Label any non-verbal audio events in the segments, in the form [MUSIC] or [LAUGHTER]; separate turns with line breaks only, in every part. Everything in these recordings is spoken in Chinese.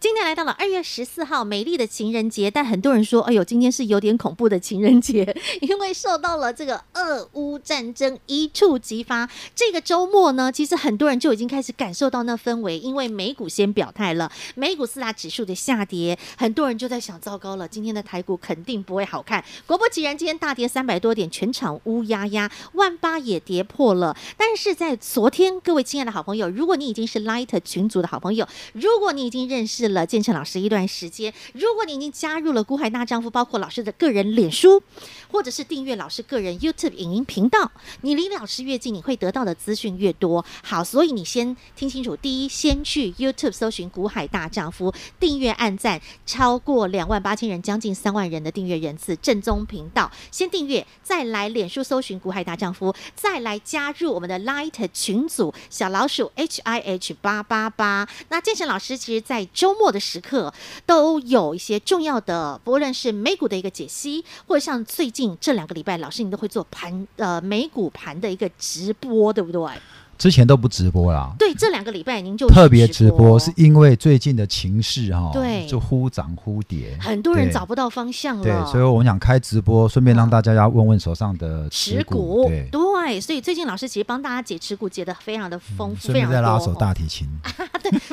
今天来到了二月十四号，美丽的情人节，但很多人说，哎呦，今天是有点恐怖的情人节， [LAUGHS] 因为受到了这个俄乌战争一触即发。这个周末呢，其实很多人就已经开始感受到那氛围，因为美股先表态了，美股四大指数的下跌，很多人就在想，糟糕了，今天的台股肯定不会好看。果不其然，今天大跌三百多点，全场乌压压，万八也跌破了。但是在昨天，各位亲爱的好朋友，如果你已经是 Light 群组的好朋友，如果你已经认识了建成老师一段时间，如果你已经加入了股海大丈夫，包括老师的个人脸书，或者是订阅老师个人 YouTube 影音频道，你离老师越近，你会得到的资讯越多。好，所以你先听清楚，第一，先去 YouTube 搜寻“股海大丈夫”，订阅、按赞，超过两万八千人，将近三万人的订阅人次，正宗频道先订阅，再来脸书搜寻“股海大丈夫”，再来加入我们的 Light 群组，小老鼠 H I H 八八八。那建成老师其实在周末的时刻都有一些重要的，不论是美股的一个解析，或者像最近这两个礼拜，老师你都会做盘呃美股盘的一个直播，对不对？
之前都不直播啦，
对，这两个礼拜您就
特别直播是因为最近的情势哈、
对
就忽涨忽跌，
很多人
对
找不到方向了，
对，所以我们想开直播，顺便让大家要问问手上的
持
持
股
股，对，
对，所以最近老师其实帮大家解持股解的非常的丰
嗯
富，
顺
非
便
常
再拉
多哎
手大提琴，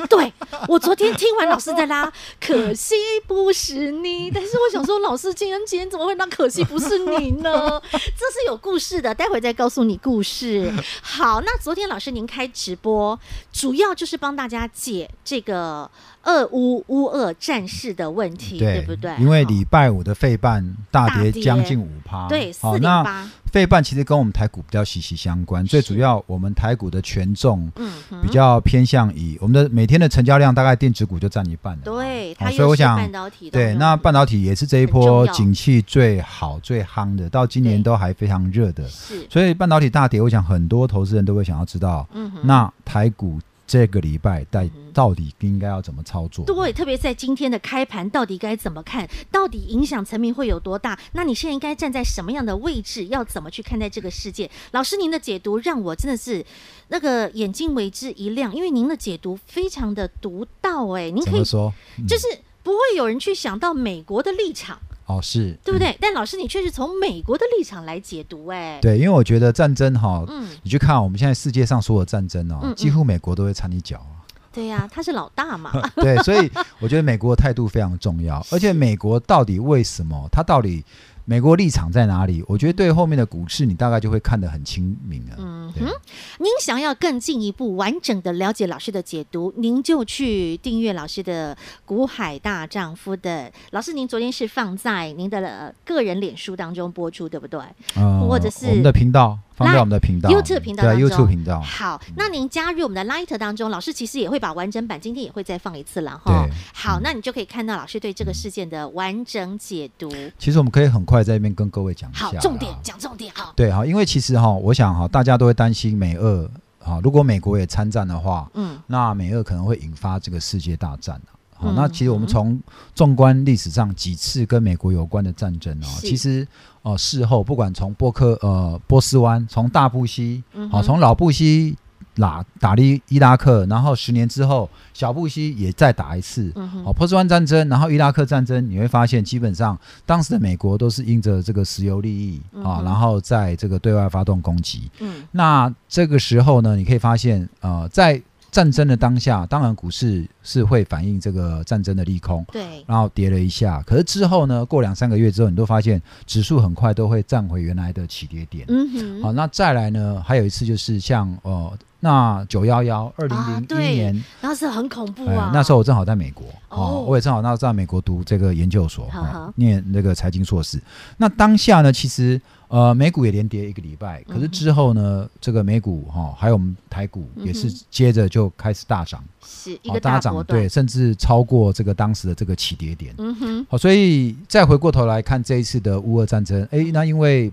对我昨天听完老师在拉，可惜不是你。但是我想说，老师情人节怎么会让可惜不是你
[LAUGHS]
呢？这是有故事的，待会再告诉你故事。好，那昨天老师您开直播，主要就是帮大家解这个俄乌乌俄战事的问题，对不对？
因为
好
礼拜五的费半大
大
跌
跌
将近五趴，
对四
好，
零
那
八，
费半其实跟我们台股比较息息相关，最主要我们台股的权重
嗯哼，
比较偏向以我们的每天的成交量大概电子股就占一半了嘛，
对，
好
它
所以
又
我
是
想
半导体的
对，
用
那
品
半导体也是这一
很重
波
要
景气最好、最夯的，到今年
对
都还非常热的。
是
所以半导体大跌，我想很多投资人都会想要知道，
嗯哼。嗯
那台股这个礼拜在
哼
到底应该要怎么操作？
对，特别在今天的开盘，到底该怎么看？到底影响层面会有多大？那你现在应该站在什么样的位置？要怎么去看待这个世界？老师，您的解读让我真的是那个眼睛为之一亮，因为您的解读非常的独到、哎，您
怎
可以
么说？嗯
就是不会有人去想到美国的立场，
哦，是
对不对？但老师，你却是从美国的立场来解读、哎，
对，因为我觉得战争哈，
嗯，
你去看我们现在世界上所有战争
嗯
哦
嗯，
几乎美国都会掺一脚啊。
对呀、他是老
[LAUGHS]
大嘛， [LAUGHS]
对，所以我觉得美国的态度非常重要，而且美国到底为什么？它到底美国立场在哪里？我觉得对后面的股市，你大概就会看得很清明了。
嗯
对
哼。您想要更进一步完整的了解老师的解读，您就去订阅老师的《股海大丈夫》的。老师，您昨天是放在您的呃个人脸书当中播出，对不对？
嗯
或者是
我们的频道放在我们的频道
YouTube 频道
对
当中
YouTube 频道，
好，那您加入我们的 Light 当中，老师其实也会把完整版，今天也会再放一次了哈
对。嗯
好，那你就可以看到老师对这个事件的完整解读。
其实我们可以很快在那边跟各位讲一下
好，
啦。
重点讲重点，好，
对哈，因为其实哈，我想哈，大家都会担心美俄哈，如果美国也参战的话，
嗯，
那美俄可能会引发这个世界大战啊。好、
嗯
那其实我们从纵观历史上几次跟美国有关的战争哦，
是
其实呃事后不管从波克呃波斯湾，从大布希，好、
嗯哼
从老布希打打利伊拉克，然后十年之后小布希也再打一次，
嗯哼
哦，波斯湾战争，然后伊拉克战争，你会发现基本上当时的美国都是因着这个石油利益
嗯
啊、
哼
然后在这个对外发动攻击，
嗯，
那这个时候呢，你可以发现，呃，在战争的当下，当然股市是会反映这个战争的利空，
对，
然后跌了一下。可是之后呢，过两三个月之后，你都发现指数很快都会站回原来的起跌点。
嗯
好、
哼，
那再来呢，还有一次就是像呃，那九幺幺二零
啊
零
对
一年、
那是很恐怖
哎
啊。
那时候我正好在美国哦
哦
我也正好那时候在美国读这个研究所，
好
哦
好
念那个财经硕士。那当下呢，其实呃，美股也连跌一个礼拜，
嗯
可是之后呢，这个美股哈、哦，还有我们台股也是
嗯哼
接着就开始大涨，
是一
哦
个
大
大
涨
波段
对，，甚至超过这个当时的这个起跌点。
嗯哼，嗯
好、所以再回过头来看这一次的乌俄战争，诶，那因为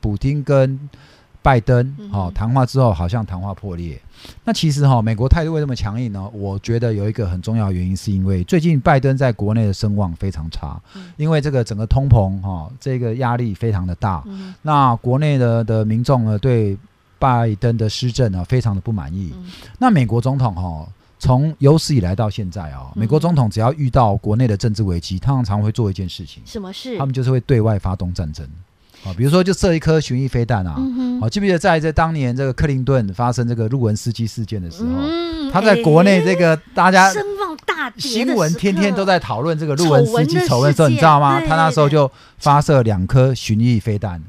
补丁跟拜登
嗯
哦
哼
谈话之后，好像谈话破裂。那其实哈、美国态度为什么强硬呢？我觉得有一个很重要的原因，是因为最近拜登在国内的声望非常差，
嗯
因为这个整个通膨哈、这个压力非常的大。
嗯
那国内的的民众呢，对拜登的施政呢，非常的不满意。
嗯
那美国总统哈、从有史以来到现在哦，
嗯
美国总统只要遇到国内的政治危机，他常常会做一件事情，
什么事？
他们就是会对外发动战争啊、比如说就射一颗巡弋飞弹啊，
嗯
好、
哼，
记不记得在这当年这个克林顿发生这个路文斯基事件的时候，
嗯
哦他在国内这个大家
哎声望大跌的时刻，
新闻天天都在讨论这个路
丑
文斯
闻
基
的
丑闻的时候，
事
你知道吗？
件对
他那时候
对
就发射两颗巡弋飞弹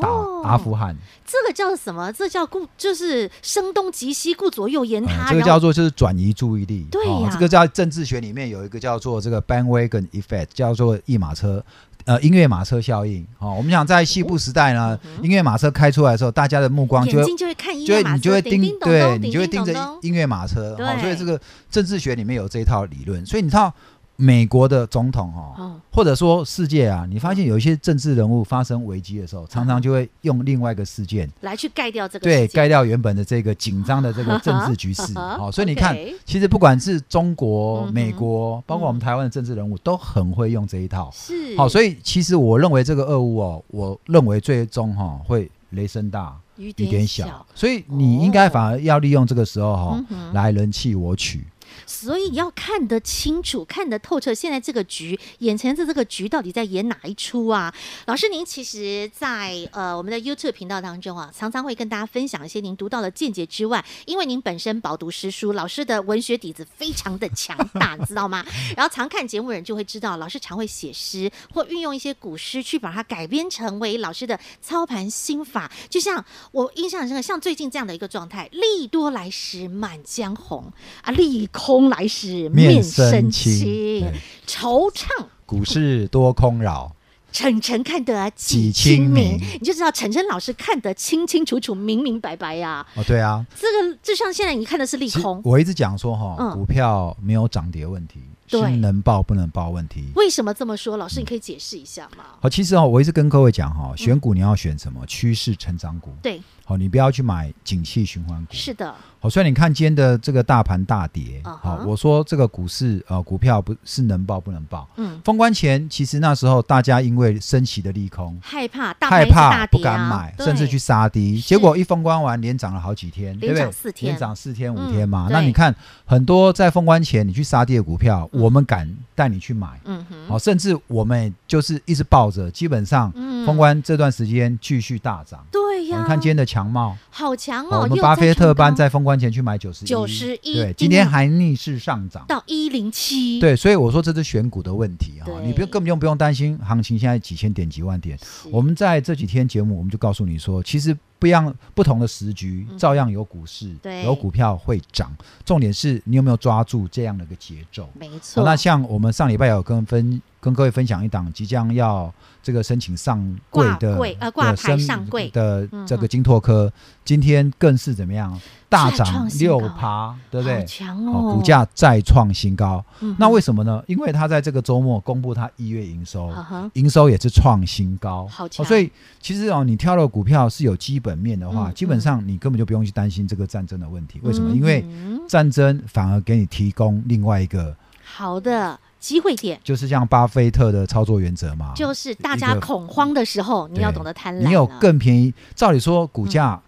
打
哦，
阿富汗，
这个叫什么？这叫顾，就是声东击西，顾左右言
嗯
他。
这个
然
叫
后
做就是转移注意力。
对
哦
呀
这个叫政治学里面有一个叫做这个 bandwagon effect，叫做一马车。呃，音乐马车效应，哦，我们想在西部时代呢，音乐马车开出来的时候，大家的目光就
哦嗯眼
会
睛就会看音
就
乐
会
马车，
你就会
叮
盯
叮，咚
对
咚，
你
叮
就会
叮
盯
咚
着
咚
音乐马车，哦，
对
所以这个政治学里面有这一套理论，所以你知道美国的总统哦，
哦，
或者说世界啊，你发现有一些政治人物发生危机的时候，常常就会用另外一个事件，
来去盖掉这个
对，
事情
盖掉原本的这个紧张的这
[LAUGHS]
个政治局势。
呵呵
好、所以你看
OK，
其实不管是中国
嗯、哼
美国，包括我们台湾的政治人物，都很会用这一套。
是
好、所
以
以其实我认为这个俄乌哦，我认为最终哈、会雷声大
雨
雨
点
点
小
小，，所以你应该反而要利用这个时候哈、
嗯哼
来人弃我
[LAUGHS]
取。
所以要看得清楚、看得透彻，现在这个局，眼前的这个局到底在演哪一出啊？老师，您其实在，呃我们的 YouTube 频道当中啊，常常会跟大家分享一些您读到的见解之外，因为您本身饱读诗书，老师的文学底子非常的强
[LAUGHS]
大，你知道吗？然后常看节目人就会知道，老师常会写诗或运用一些古诗去把它改编成为老师的操盘心法。就像我印象很深刻，像最近这样的一个状态，利多来时满江红啊，利空来时
面
生
生青对
惆怅。
股市多空扰，
晨晨看得
几
几
清
清明
明，
你就知道晨晨老师看得清清楚楚、明明白白呀、
哦，对啊，
这个就像现在你看的是利
其实
空，
我一直讲说哈、
嗯
股票没有涨跌问题，
对
是能报不能报问题。
为什么这么说？老师，你可以解释一下吗？
好，其实哦，我一直跟各位讲
嗯
哈、选股你要选什么趋势成长股，
对，
好、你不要去买景气循环股。
是的，
好，虽然你看今天的这个大盘大跌，好、
啊哈
我说这个股市呃股票不是能报不能报。
嗯，
封关前，其实那时候大家因为升息的利空，
害怕大
害
盘一直大
怕
跌
不敢
啊
买，
对
甚至去杀低。
是
结果一封关完，连涨了好几天，对不
连
对
涨四？天
连涨四天五
嗯
天嘛。
对
那你看，很多在封关前你去杀低的股票，
嗯
我们敢带你去买，
嗯哼，
好，甚至我们就是一直抱着，基本上
嗯
封关这段时间继续大涨。
对
我
呀，
们看今天的强茂，
好强
好
哦，
我们
又
巴菲特班
创
在封关前去买九十一，
91
对，
今
今
天
天还逆势上涨
高。到一零七，，
对，所以我说这是选股的问题哈
对，
你不用根本就不用担心行情现在几千点、几万点，我
们
们在这几天节目，我们就告诉你说，其实不一样不同的时局
嗯，
照样有股市，
对
有股票会涨。重点是你有没有抓住这样的一个节奏？
没
好
错，
哦那像我们上礼拜有跟分跟各位分享一档即将要这个申请上柜
挂
的
柜呃挂
的
牌
申
上柜
的
嗯
这
哼
个金拓科，今天更是怎么样大
再
涨
创新
六
高
趴，对不
好
对？
强
好
哦，嗯
股，价再创新高，那为
为
什么呢？因为它在这个周末公布它一月营收，
啊哈，
营收也是创新高，
好强
哦所以其实哦，你挑的股票是有基本面的话，
嗯
基本上你根本就不用去担心这个战争的问题。为什么？
嗯
因为
哼
战争反而给你提供另外一个，
好的机会点
就是像巴菲特的操作原则嘛，
就是啊大
一
家
个
恐慌的时候，你
对
要懂得贪婪了，
你有更便宜。照理说，股价、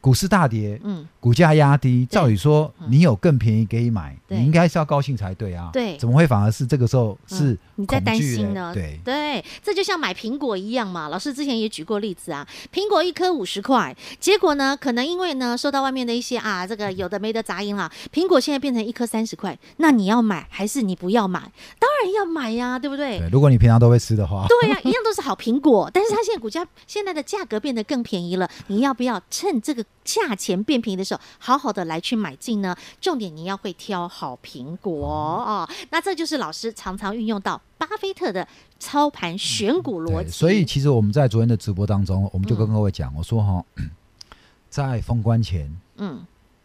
股市大跌，
嗯
股价压低，
对
照理说
嗯
你有更便宜可以买，
对
你应该是要高兴才对啊。
对嗯
怎么会反而是这个时候是、恐
你在担
惧
心
嘞
呢？
对。
这就像买苹果一样嘛。老师之前也举过例子啊，苹果一颗五十块，结果呢，可能因为呢受到外面的一些啊这个有的没的杂音啦，苹果现在变成一颗三十块，那你要买还是你不要买？当然要买呀、对不对？
对，如果你平常都会吃的话，
[LAUGHS] 对呀、一样都是好苹果，但是它现在股价现在的价格变得更便宜了，你要不要趁这个价钱变便宜的时候，好好的来去买进呢？重点你要会挑好苹果
嗯
哦。那这就是老师常常运用到巴菲特的操盘选股逻
对，
辑，
所以其实我们在昨天的直播当中，我们就跟
嗯
各位讲，我说哈， [CLEARS THROAT] 在封关前
嗯，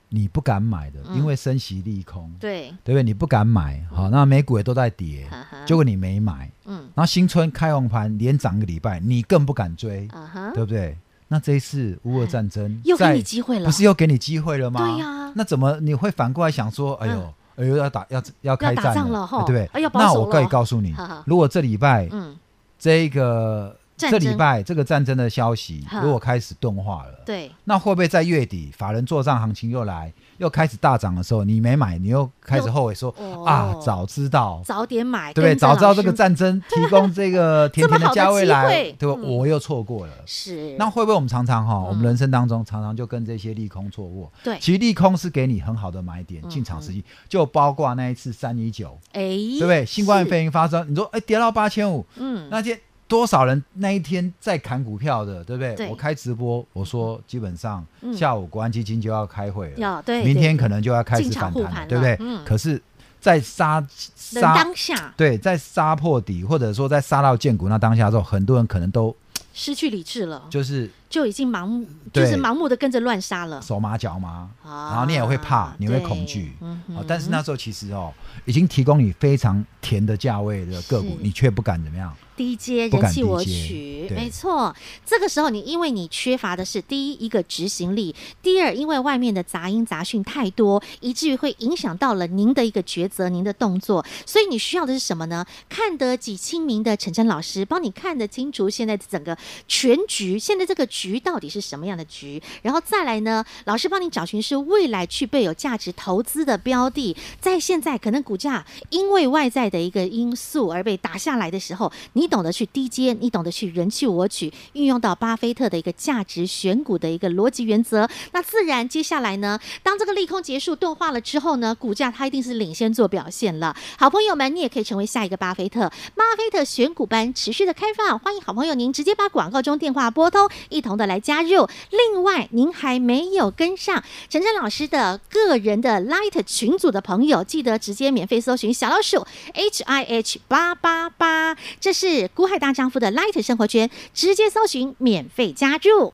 你不敢买的，
嗯
因为升息利空，
对，
对不对？你不敢买，好，那美股也都在跌，
啊哈，
结果你没买，
嗯
然后新春开红盘连涨一个礼拜，你更不敢追，
啊哈，
对不对？那这一次乌俄战争
又给
在
你机会了，
不是又给你机会了吗？
对呀
那怎么你会反过来想说，哎呦，
嗯
哎呦，要打要要开
要打
战
仗了
了，
吼
对不对？
哎要保守
那
了
我可以告诉你
哈哈，
如果这礼拜
嗯，
这个
战
这
争
礼拜这个战争的消息
哈
如果开始钝化了，
对，
那会不会在月底法人做账行情又来，又开始大涨的时候，你没买，你又开始后悔说
又哦
啊，早知道。
早点买，
对不对？
跟着
早知道这
老
个
师
战
[LAUGHS]
争提供这个甜甜的价位
这么好的
来
机会，
对吧？
嗯
我又错过了。
是
那会不会我们常常哈，
嗯
我们人生当中常常就跟这些利空错过？
对
其实利空是给你很好的买点
嗯
进场时机，就包括那一次三一九，
哎，
对
对
不对？新冠肺炎发生，你说哎跌到八千五，
嗯，
那天多少人那一天在砍股票的，对不
对
对？我开直播，我说基本上
嗯
下午国安基金就要开会
要
了，
对，
明
对
天可能就要开始
进场
反
护
弹
盘
了，
了
对不对
嗯？
可是，在杀
人
杀
当下
对，在杀破底，或者说在杀到见骨那当下的时候，很多人可能都
失去理智了，就
就是
已经盲目，就
对
是盲目的跟着乱杀了，
手麻脚麻，
啊
然后你也会怕，你会恐
对
惧。
嗯
哦
哼，
但是那时候其实哦，已经提供你非常甜的价位的个股
是，
你却不敢怎么样？
低阶
不
人
敢
气
低
我
阶
取，
对
没错。这个时候你因为你缺乏的是第一一个执行力，第二因为外面的杂音杂讯太多，以至于会影响到了您的一个抉择、您的动作。所以你需要的是什么呢？看得几清明的陈晨老师帮你看得清楚现在整个全局，现在这个局到底是什么样的局，然后再来呢，老师帮你找寻是未来具备有价值投资的标的，在现在可能股价因为外在的一个因素而被打下来的时候，你懂得去低阶，你懂得去人去我取，运用到巴菲特的一个价值选股的一个逻辑原则，那自然接下来呢，当这个利空结束钝化了之后呢，股价它一定是领先做表现了。好朋友们，你也可以成为下一个巴菲特。巴菲特选股班持续的开放，欢迎好朋友您直接把广告中电话拨通，一同的来加入。另外，您还没有跟上陈晨老师的个人的 Light 群组的朋友，记得直接免费搜寻小老鼠 H I H 八八八，这是古海大丈夫的 Light 生活圈，直接搜寻免费加入。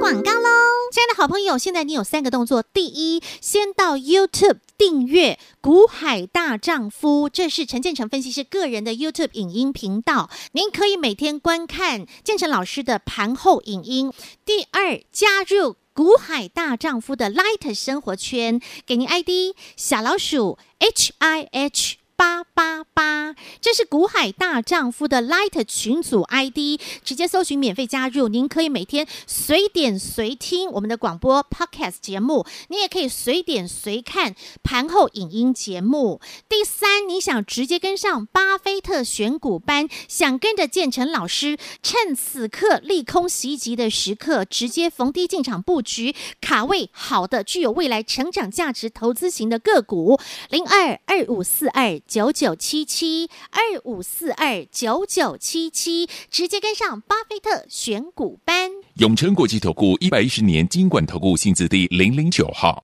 广告喽！亲爱的好朋友，现在你有三个动作：第一，先到 YouTube 订阅《股海大丈夫》，这是陈建成分析师个人的 YouTube 影音频道，您可以每天观看建成老师的盘后影音。第二，加入。股海大丈夫的 Light 生活圈，给您 ID 小老鼠 H I H 八八八，这是股海大丈夫的 Light 群组 ID，直接搜寻免费加入。您可以每天随点随听我们的广播 Podcast 节目，你也可以随点随看盘后影音节目。第三，你想直接跟上巴菲特选股班，想跟着建成老师趁此刻利空袭击的时刻，直接逢低进场布局，卡位好的、具有未来成长价值投资型的个股，零二二五四二九九七七二五四二九九七七，直接跟上巴菲特选股班。
永诚国际投顾一百一十年金管投顾性质第零零九号。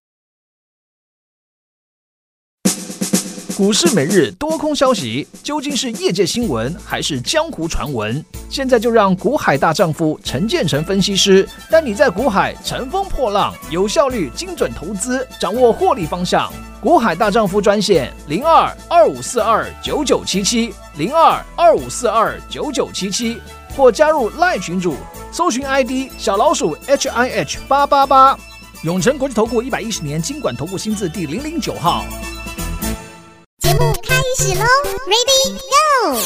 股市每日多空消息究竟是业界新闻还是江湖传闻？现在就让股海大丈夫陈建成分析师带你在股海乘风破浪，有效率、精准投资，掌握获利方向。股海大丈夫专线零二二五四二九九七七零二二五四二九九七七，或加入赖群组，搜寻 ID 小老鼠 H I H 八八八。永诚国际投顾一百一十年经管投顾新字第零零九号。
节目开始喽，Ready Go！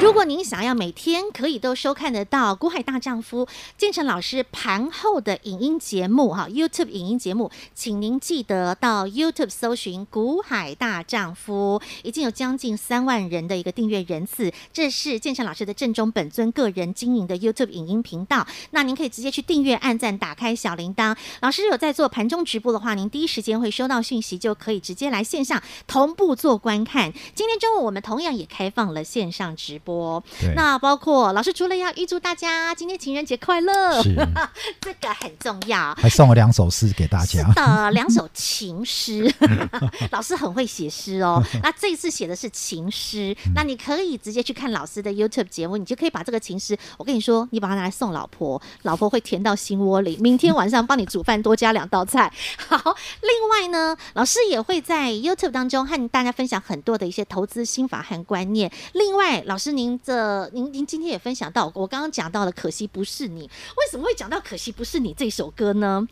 如果您想要每天可以都收看得到《股海大丈夫》建成老师盘后的影音节目哈，YouTube 影音节目，请您记得到 YouTube 搜寻《股海大丈夫》，已经有将近三万人的一个订阅人次。这是建成老师的正宗本尊个人经营的 YouTube 影音频道，那您可以直接去订阅、按赞、打开小铃铛。老师有在做盘中直播的话，您第一时间会收到讯息，就可以直接来线上同步做观看。今天中午我们同样也开放了线上直播，
对
那包括老师除了要预祝大家今天情人节快 [LAUGHS] 乐，
是
这个很重要。
还送了两首诗给大
是
家。
的，两首情诗， [LAUGHS] 老师很会写诗
[LAUGHS]
哦。那这一次写的是情诗，
嗯
那你可以直接去看老师的 YouTube 节目，你就可以把这个情诗，我跟你说，你把它拿来送老婆，老婆会甜到心窝里。明天晚上帮你煮饭，多加两道菜。 [LAUGHS] 好，另外呢，老师也会在 YouTube 当中和大家分享很多的一些投资心法和观念，利另外，老师您这您您今天也分享到，我刚刚讲到了《可惜不是你》，为什么会讲到《可惜不是你》这首歌呢？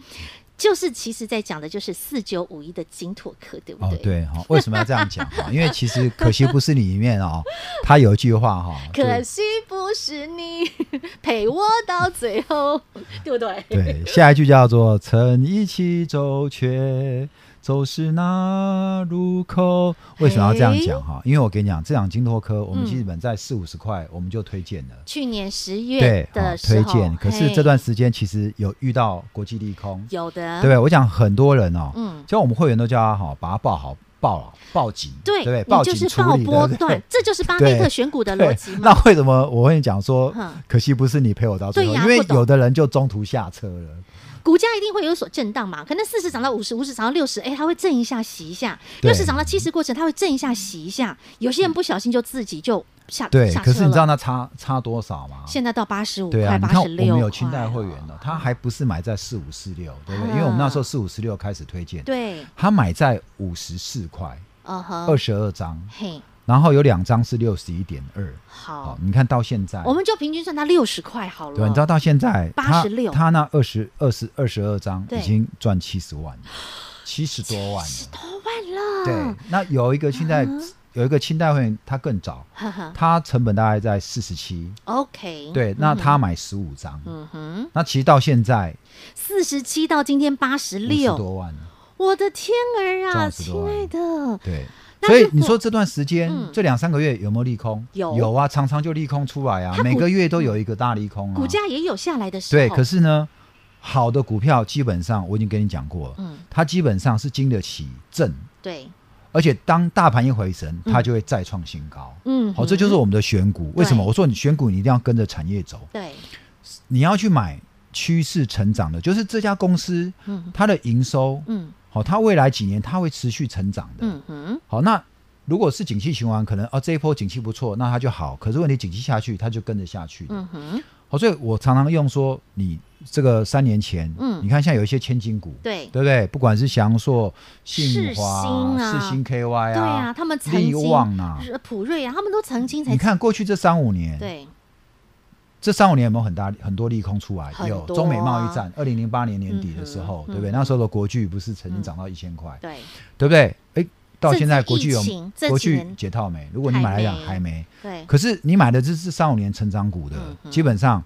就是其实在讲的就是四九五一的金拓科，对不
哦
对？，
对哈、为什么要这样讲哦哈？因为其实可惜不是你里面哦，他有一句话哦哈、
[LAUGHS] 可
对
惜不是你 [LAUGHS] 陪我到最后， [LAUGHS] 对不对？
对，下一句叫做“曾一起走却走失那路口”。为什么要这样讲哈？因为我跟你讲，这场金拓科，我们
嗯
基本在四五十块我们就推荐了。
去年十
对
月，
好
的时
推
候，
荐。可是
嘿
这段时间其实有遇到国际利空，
有的，
对不对？我想很多人哦，
嗯，
像我们会员都叫他好，把它报好、报好、报警，对
对，
不对？
你
报
就
警
是
处
爆
理，
波
对不
段
对，？
这就是巴菲特
对
选股的
对
逻辑嘛
那。为什么我会讲说
哼，
可惜不是你陪我到最后，
对呀
因为
不懂
有的人就中途下车了。
股价一定会有所震荡嘛，可能四十涨到五十，五十涨到六十，哎，它会震一下洗一下；
对
六十涨到七十过程，它会震一下洗一下。有些人不小心就自己就下
对，
下车
可是你知道
了。
那差差多少吗？
现在到八十五
啊对啊，
块，
你
八
看我
十六，
们有清代会员呢，他还不是买在四五四六，对不对？因为我们那时候四五四六开始推荐，
啊对，
他买在五十四块，
嗯哼，
二十二张，
嘿，
然后有两张是六十一点二。好
好，，
你看到现在，
哦我们就平均算它六十块好了。
对，你知道到现在他
86
他那二十二十二十二张
对
已经赚七十万了，七十多万了。
多万了，
对，那有一个清代
啊
有一个清代会员，他更早，
呵呵
他成本大概在四十七，
，OK，
对，那他买十五张，
嗯哼，
那其实到现在
四十七到今天八十
五十
六，
多万了。
我的天儿啊，
赚50
亲
多万
爱的，
对，
那
所以
如
你
果
说这段时间、
嗯
这两三个月有没有利空？
有
啊，常常就利空出来啊
它，股
每个月都有一个大利空啊。
股价也有下来的时候。
对，可是呢，好的股票基本上我已经跟你讲过了，
嗯
它基本上是经得起震，
对，
而且当大盘一回神，它
嗯
就会再创新高。
嗯
好、这就是我们的选股。为什么
对
我说你选股你一定要跟着产业走？
对，
你要去买趋势成长的，就是这家公司
嗯
它的营收，
嗯
好、它未来几年它会持续成长的。
嗯哼，
好，那如果是景气循环，可能哦这一波景气不错，那它就好。可是问题景气下去，它就跟着下去。
嗯哼，
好，所以我常常用说，你这个三年前，
嗯
你看现在有一些千金股，
对
对不对？不管是翔硕、信
世
华、
芯啊
世新 KY 啊，
对啊，他们曾
力
经
旺啊，
是普瑞啊，他们都曾经才
你看过去这三五年，
对
这三五年有没有很大很多利空出来？
很多
有
啊
中美贸易战，二零零八年年底的时候
嗯，哼
对不对？
嗯
那时候的国巨不是曾经
嗯
涨到一千块，
对
对不对？哎，到现在
这次
国巨有
疫情这几
国巨
年
解套没？如果你买来讲还
还没
没，
对，
可是你买的这是三五年成长股的
嗯，哼
基本上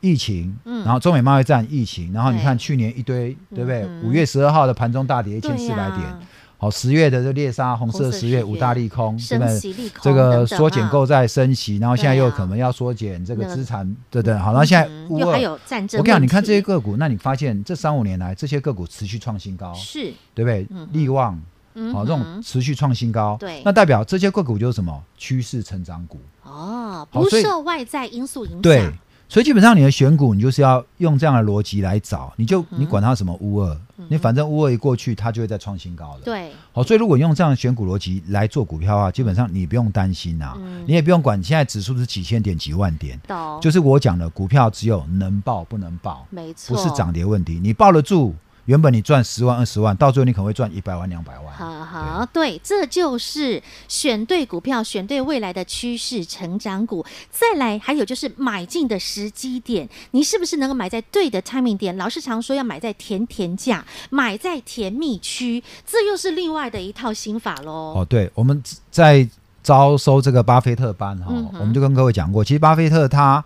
疫情，
嗯
然后中美贸易战疫情，然后你
对
看去年一堆，对不对
嗯？哼
五月十二号的盘中大跌一
一
千四百
啊
点，好，十月的这猎杀红
红
色
色
十月
十月
五大利空，对不
升
对？
息利空
这个
等等啊
缩减
嘛
购债升息，然后现在
对啊
又可能要缩减这个
那个
资产，对对。好，那现在
嗯
乌
又
二
还，有战争
我跟
问
你讲，你
题，
看这些个股，那你发现这三五年来这些个股持续创新高，
是
对不对
嗯？哼
力旺，
嗯
好，这种
哼
持续创新高，
对
那代表这些个股就是什么趋势成长股，
哦，
好
不
所以
受外在因素影响，
对。所以基本上你的选股，你就是要用这样的逻辑来找，你就
嗯哼嗯
你管它什么乌二，你反正乌二一过去，它就会再创新高的。
对
好，所以如果用这样的选股逻辑来做股票的话，基本上你不用担心啊，
嗯
你也不用管现在指数是几千点、几万点，
懂，
就是我讲的，股票只有能报不能报，
没错，
不是涨，跌问题。你抱得住，原本你赚十万、二十万，到最后你可能会赚一百万、两百万。
好好，对，这就是选对股票，选对未来的趋势成长股。再来，还有就是买进的时机点，你是不是能够买在对的 timing 点？老师常说要买在甜甜价，买在甜蜜区，这又是另外的一套心法喽。
哦，对，我们在招收这个巴菲特班哈、
嗯哼
我们就跟各位讲过，其实巴菲特他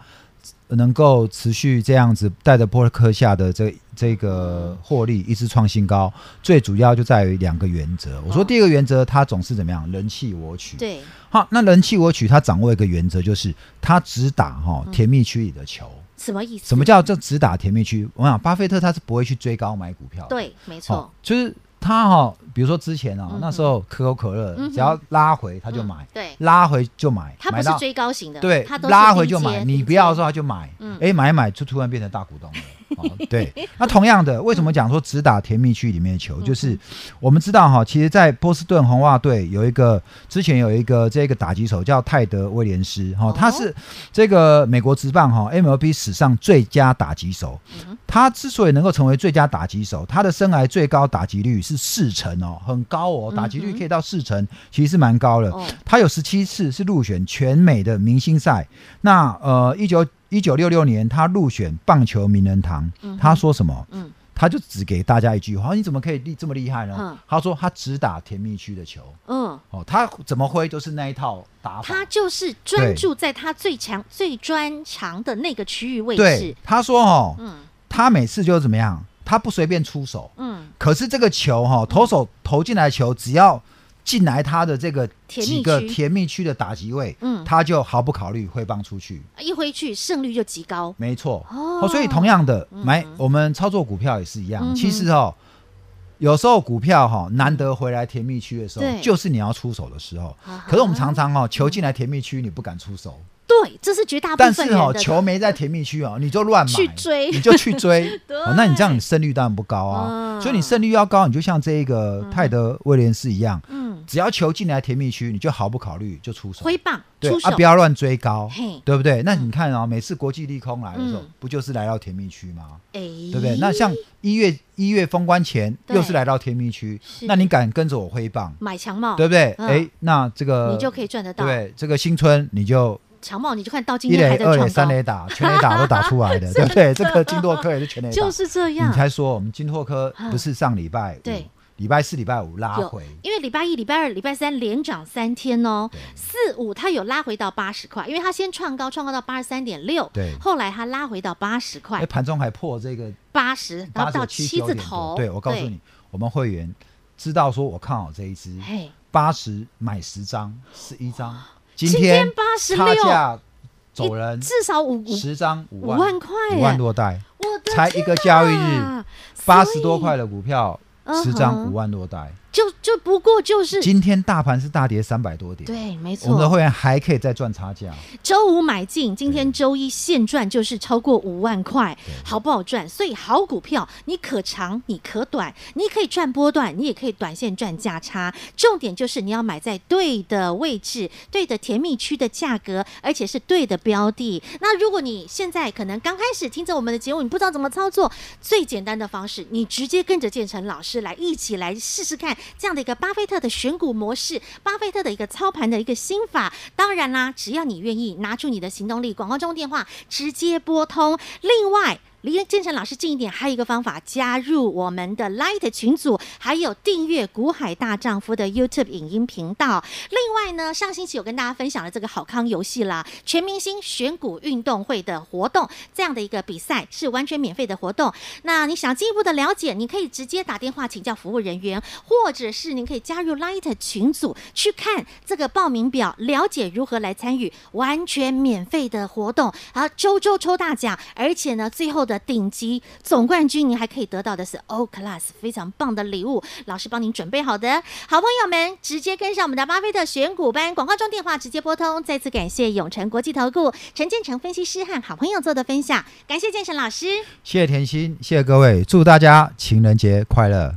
能够持续这样子带着波克克下的这这个获利一直创新高，最主要就在于两个原则。我说第一个原则，他总是怎么样，人气我取。，
嗯对，
好，那人气我取，他掌握一个原则，就是他只打哈、
嗯
甜蜜区里的球。
什么意思？
什么叫这只打甜蜜区？我想巴菲特他是不会去追高买股票的。
对？没
好，
错，
就是他哈、比如说之前啊、
嗯哼
那时候可口可乐、
嗯哼
只要拉回他就买，
嗯对，
拉回就买，
他不
买
是
到
追高型的，
对
他，都是
拉回就
低阶
买，
低
你
阶
不要说他就买，哎、
嗯
买一买就突然变成大股东了，哦，对，那同样的，为什么
嗯
讲说只打甜蜜区里面的球？就是我们知道哈，其实，在波士顿红袜队有一个之前有一个这个打击手叫泰德威廉斯哈，
哦
他是这个美国职棒哈 MLB 史上最佳打击手。
嗯
他之所以能够成为最佳打击手，他的生涯最高打击率是四成哦，很高哦，打击率可以到四成，其实是蛮高的。
哦
他有十七次是入选全美的明星赛。那呃，一九一九六六年他入选棒球名人堂，他说什么？
嗯
他就只给大家一句话：你怎么可以厉这么厉害呢？
嗯
他说他只打甜蜜区的球，
嗯，
哦，他怎么挥都是那一套打法。
他就是专注在他最强、最专长的那个区域位
对
置。
他说哦，
嗯
他每次就怎么样，他不随便出手，
嗯，
可是这个球哈、投手投进来的球，只要进来他的这个
甜蜜
几个
区
甜蜜区的打击位，
嗯
他就毫不考虑挥棒出去。
一挥去胜率就极高。
没错，
哦嗯
所以同样的，买我们操作股票也是一样。
嗯哼
其实哦，有时候股票哈、难得回来甜蜜区的时
对
候，就是你要出手的时候
啊哈。
可是我们常常哦，球进来甜蜜区你不敢出手，
对，这是绝大部
但
啊分
是
人
哦，
的
球没在甜蜜区
[LAUGHS]
哦，你就乱买
去追
你就去追
[LAUGHS] 对
哦，那你这样你胜率当然不高啊。
嗯
所以你胜率要高，你就像这一个泰德威廉斯一样，
嗯，
只要球进来甜蜜区，你就毫不考虑就出手。
挥棒
对
出手
啊，不要乱追高
嘿，
对不对？那你看啊、每次国际利空来的时候，
嗯
不就是来到甜蜜区吗？
哎，
对不对？那像一月一月封关前，
对
又是来到甜蜜区
是，
那你敢跟着我挥棒，
买强帽，
对不对？
嗯
哎、那这个
你就可以赚得到。
对这个新春你就
强帽你就看到今
一
天
垒、
还在
二垒、
创
三
高，
垒打，全垒打都打出
[LAUGHS]
来的，对不对？这个金洛克也是全垒打，
就是这
你
样。啊
才说我们金洛克不是上礼拜五、
对
礼拜四、礼拜五拉
有
回，，
因为礼拜一、礼拜二、礼拜三连涨三天哦，四五它有拉回到八十块，因为它先创高，创高到八十三点六，
对
后来它拉回到八十
哎，
块，
盘中还破这个
八十，然
八
后到
九
七
九
字
点
头
多，，对我告诉你，我们会员知道说我看好这一支
对，，嘿，
八十买十张是一张，今
今
天
天86
差价走人，
至少五五，
十张五
五万块
五
耶
万多袋，
我的
才一个交易日
啊，
八
所
十
以
多块的股票，
嗯
十
哼
张五万多袋。
就就不过就是，
今天大盘是大跌三百多点，
对，没
我们的
错，
会员还可以再赚差价。
周五买进，今天周一现赚就是超过五万块，好不好赚？所以好股票你可长你可短，你可以赚波段，你也可以短线赚价差。重点就是你要买在对的位置、对的甜蜜区的价格，而且是对的标的。那如果你现在可能刚开始听着我们的节目，你不知道怎么操作，最简单的方式，你直接跟着建成老师来一起来试试看这样的一个巴菲特的选股模式，巴菲特的一个操盘的一个心法。当然啦，只要你愿意拿出你的行动力，广告中电话直接拨通。另外。离建成老师近一点，还有一个方法，加入我们的 Light 群组，还有订阅《股海大丈夫》的 YouTube 影音频道。另外呢，上星期有跟大家分享了这个好康游戏啦，全明星选股运动会的活动，这样的一个比赛是完全免费的活动。那你想进一步的了解，你可以直接打电话请教服务人员，或者是你可以加入 Light 群组去看这个报名表，了解如何来参与完全免费的活动，啊，周周抽大奖，而且呢，最后的顶级总冠军您还可以得到的是 O Class 非常棒的礼物，老师帮您准备好的。好朋友们，直接跟上我们的巴菲特选股班，广告中电话直接拨通。再次感谢永诚国际投顾陈建成分析师和好朋友做的分享，感谢建成老师。
谢谢甜心，谢谢各位，祝大家情人节快乐。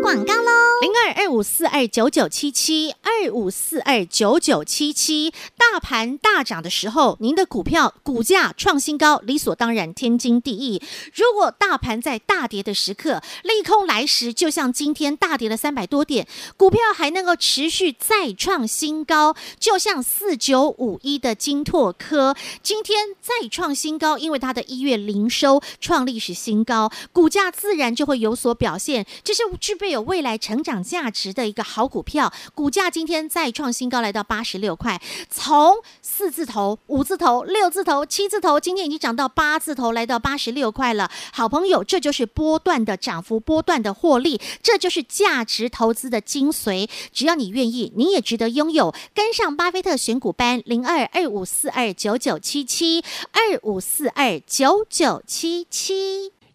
广告喽，零二二五四二九九七七二五四二九九七七。大盘大涨的时候，您的股票股价创新高，理所当然，天经地义。如果大盘在大跌的时刻，利空来时，就像今天大跌了三百多点，股票还能够持续再创新高，就像四九五一的金拓科今天再创新高，因为它的一月零收创历史新高，股价自然就会有所表现，这是具备有未来成长价值的一个好股票。股价今天再创新高，来到八十六块，从四字头、五字头、六字头、七字头，今天已经涨到八字头，来到八十六块了。好朋友，这就是波段的涨幅，波段的获利，这就是价值投资的精髓。只要你愿意，你也值得拥有。跟上巴菲特选股班零二二五四二九九七七二五四二九九七七。